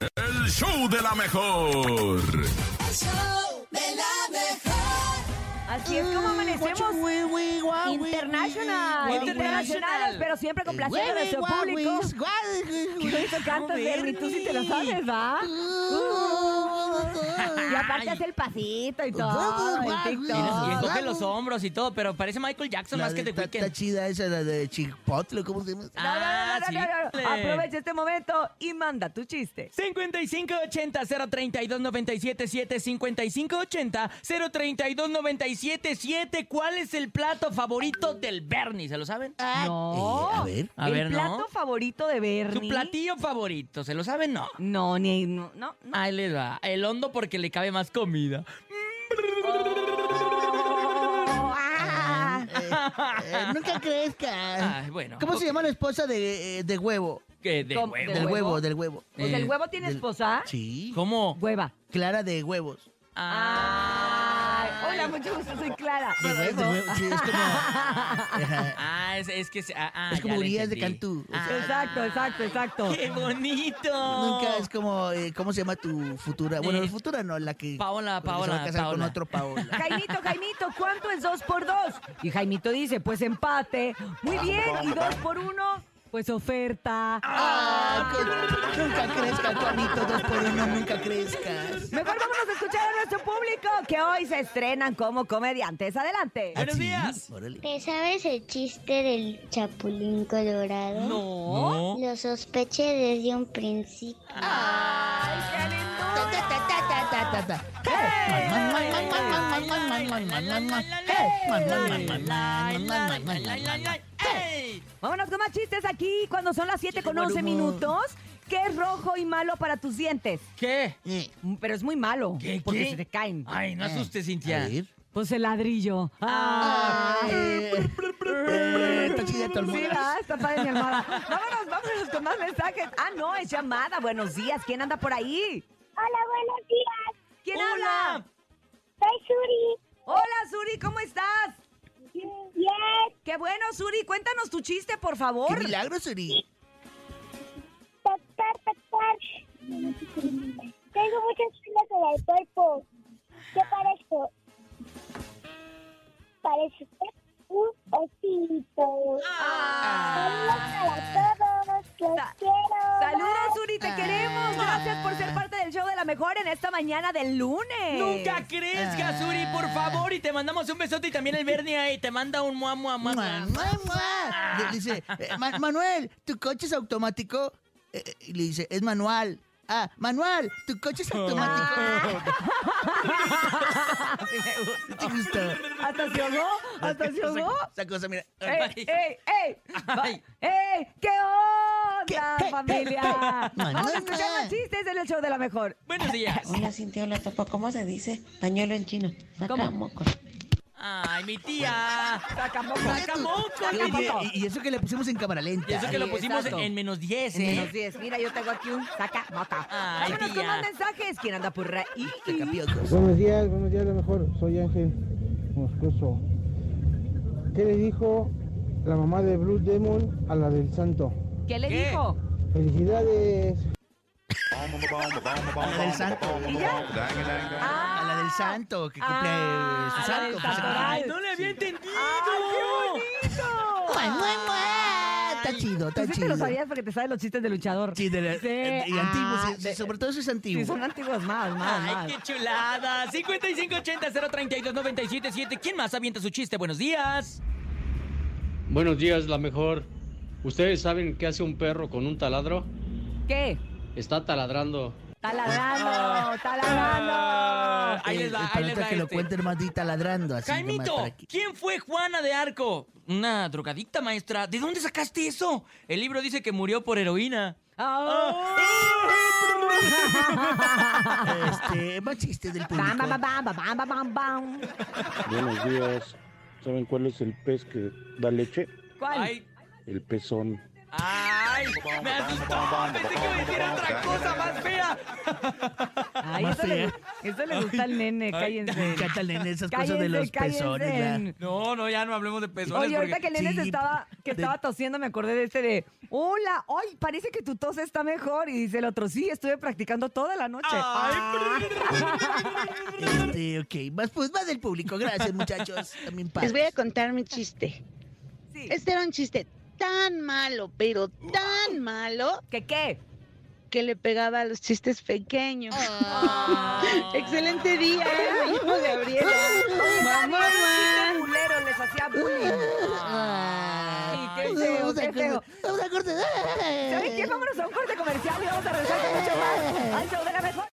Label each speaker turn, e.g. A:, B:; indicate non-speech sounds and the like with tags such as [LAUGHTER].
A: el show de la mejor.
B: El show de la mejor.
C: Así es como amanecemos. Internacional, internacionales, pero siempre complaciendo a nuestro público. Esos cantos de Rey, tú sí te lo sabes, ¿va?
D: Ah.
C: Y aparte hace el pasito y todo en
E: Y les- y les
C: TikTok.
E: coge los hombros y todo, pero parece Michael Jackson más que The
D: Está
E: Weeknd.
D: [LAUGHS] chida esa, la de Chipotle, ¿cómo se llama?
C: No, no, no, no, no, no, no.
E: Ah, sí.
C: Aprovecha este momento y manda tu chiste.
E: 5580-032-977, 5580-032-977. ¿Cuál es el plato favorito del Bernie? ¿Se lo saben?
C: No.
D: Eh, a ver.
E: A ver,
C: el
E: ¿no?
C: plato favorito de Bernie.
E: ¿Su platillo favorito? ¿Se lo saben? No.
C: No, ni no, no. no.
E: Ahí les va. El hondo porque le cabe más comida.
C: Ah,
D: Eh, nunca crezca.
E: Ay, bueno.
D: ¿Cómo se llama la esposa de, eh, de huevo?
E: ¿Qué, de
C: ¿Cómo? ¿De
E: huevo?
D: Del
C: huevo?
D: huevo, del huevo.
C: o sea,
E: Eh,
C: ¿el huevo tiene
D: del-
C: esposa?
D: Sí.
E: ¿Cómo?
C: Hueva.
D: Clara de huevos.
C: Ay, hola, mucho gusto, soy Clara.
D: De huevo, de huevo. Sí, es [LAUGHS] como, Ajá.
E: Ah, es, es que... se- Ah, ah,
D: Es como
E: ya le
D: Urias de
E: entendí.
D: Cantú. O sea,
E: Ah,
C: Exacto, exacto, exacto.
E: ¡Qué bonito!
D: Nunca es como, eh, ¿cómo se llama tu futura? Bueno,
E: Eh,
D: la futura no, la que.
E: Paola,
D: con la que Se va
E: Paola,
D: a casar con
E: Paola.
D: otro Paola.
C: Jaimito, Jaimito, ¿cuánto es dos por dos? Y Jaimito dice, pues empate. Muy bien, y dos por uno, pues oferta.
D: Ah, que- nunca crezca, Juanito, dos por uno, nunca crezcas.
C: Mejor vámonos a escuchar a nuestro público que hoy se estrenan como comediantes. Adelante.
E: Buenos
D: Ah, sí,
E: días. Eh,
D: órale.
F: ¿Te sabes el chiste del chapulín colorado?
E: No.
F: Lo sospeché desde un principio.
D: Ta, ta, ta, ta, ta, ta, ta. Man, man, man, man, man, man, man, man, man, man, man. Eh, man, man, man, man, man, man, man, man, man, man, man.
E: ¡Ey!
C: Vámonos con más chistes aquí cuando son las 7 con 11 minutos. ¿Qué es rojo y malo para tus dientes?
E: ¿Qué?
D: Eh,
C: Mm, Pero es muy malo.
E: ¿Qué?
C: Porque
E: qué?
C: se te caen.
E: Ay, no asustes, Cintia.
D: a ver.
C: Pues el ladrillo. Ah.
D: Eh, eh, está chida tu
C: Sí,
D: almohada.
C: va, está padre mi almohada. Vámonos, vámonos con más mensajes. Ah, no, es llamada. Buenos días. ¿Quién anda por ahí?
G: Hola, buenos días.
C: ¿Quién
E: Hola.
C: habla?
G: Soy Suri.
C: Hola, Suri, ¿cómo estás?
G: Bien.
C: Qué bueno, Suri. Cuéntanos tu chiste, por
D: Qué
C: favor.
D: milagro, Suri.
G: Toc, toc, toc, toc. Tengo muchas cosas en el cuerpo. ¿Qué parezco? Parece un osito. Saludos para todos. Los
C: Ah. Sa-
G: quiero.
C: Saludos, Suri, te
D: Ah.
C: queremos. Gracias por ser parte del show de la mejor en esta mañana del lunes.
E: Nunca crezcas, Uri, por favor. Y te mandamos un besote y también el Bernie ahí te manda un mua, mua, mua.
D: Mua,
E: mua.
D: mua, mua. Le dice, eh, "Ma- Manuel, ¿tu coche es automático? Eh, eh, y le dice, es manual. Ah, Manuel, tu coche es
E: [LAUGHS]
D: automático. [LAUGHS] ¿Te gustó?
C: Hasta se ahogó,
E: [LAUGHS]
C: hasta se ahogó.
D: Esa cosa, mira.
C: ¡Ey, ey, ey! Va-
E: Ay.
C: ¡Ey! ¿Qué onda,
D: ¿Qué? Pe,
C: [LAUGHS] familia?
D: pe, pe.
C: Vamos a
D: Manana.
C: escuchar más chistes en el show de la mejor.
E: Buenos días.
H: Hola, Cintia, hola, Topo. ¿Cómo se dice pañuelo en chino? Sacamoco.
E: Ay, mi tía.
C: Sacamos
E: Sacamoco, mi
D: Oye,
E: tía.
D: y, y eso que le pusimos en cámara lenta.
E: Y eso que lo
C: Sí,
E: pusimos
C: exacto.
E: en menos 10, ¿eh?
C: menos 10. Mira, yo tengo aquí un saca mata.
E: Ay,
C: Vámonos con
E: tía.
C: más mensajes. ¿Quién anda por ahí?
D: Capiocos.
I: Buenos días, buenos días, lo mejor. Soy Ángel Moscoso. ¿Qué le dijo la mamá de Blue Demon a la del santo?
C: ¿Qué le
E: ¿Qué?
C: dijo?
I: Felicidades.
D: A la del santo.
C: ¿Y ya?
D: A la del santo, que cumple
C: Ah,
D: su
C: a la
D: santo.
C: del
D: pues,
C: santo.
D: ah.
E: Ay, no le había entendido.
C: ¡Ay, qué bonito!
D: Mua, mua, mua. Está chido,
C: Tú
D: está
C: sí te
D: chido.
C: lo sabías porque te sabes los chistes de luchador.
D: Sí, de la-
C: Sí.
D: eh, y antiguos,
C: Ah,
D: eh,
C: de-
D: sobre todo eso es
C: Sí,
D: antiguo. Eh,
C: son antiguos más, más,
E: Ay,
C: más.
E: qué chulada. 5580-032-977. ¿Quién más avienta su chiste? Buenos días.
J: Buenos días, la mejor. ¿Ustedes saben qué hace un perro con un taladro?
C: ¿Qué?
J: Está taladrando.
E: Ah.
C: Taladrando, taladrando.
E: Ahí
D: Eh,
E: les va,
D: eh,
E: ahí
D: pero
E: les
D: ahorita
E: va.
D: que lo
E: este.
D: cuente hermanita ladrando. Así nomás
E: Jaimito,
D: para que-
E: ¿quién fue Juana de Arco? Una drogadicta maestra. ¿De dónde sacaste eso? El libro dice que murió por heroína.
C: Oh.
D: Este, más chistes del
C: Bam, bam,
D: público.
C: bam, bam, bam, bam, bam, bam.
K: Buenos días. ¿Saben cuál es el pez que da leche?
C: ¿Cuál?
E: Ay,
K: El pezón.
E: ay, me asustó. Pensé que iba a decir otra cosa más fea.
C: Ay,
D: Más
C: eso, le,
D: fea.
C: eso le gusta al nene,
E: Ay,
D: Me
C: cállense.
D: encanta el nene, esas cosas de los pezones. la-
C: cállense.
E: No, no, ya no hablemos de pezones.
C: Oye, ahorita
E: porque-
C: que el nene se
D: Sí,
C: estaba, que
D: de-
C: estaba tosiendo, me acordé de este de, hola, ay, parece que tu tos está mejor. Y dice el otro, sí, estuve practicando toda la noche. Ah,
E: Ay,
D: Este, ok, más, pues más del público. Gracias, muchachos. También
L: Les
D: padres.
L: voy a contar mi chiste.
C: Sí.
L: Este era un chiste tan malo, pero tan malo,
C: ¿Qué qué?
L: que le pegaba a los chistes pequeños.
E: [LAUGHS] Oh.
L: Excelente día, ¿eh? Me llamo Gabriela. Mamá.
C: Chiste culero, les hacía bullying. Ay, qué feo,
D: Vamos a
C: qué feo.
D: corte, vamos a corte.
C: ¿Saben qué? Vámonos a un corte comercial y vamos a regresar con mucho más. Al show de la mejor.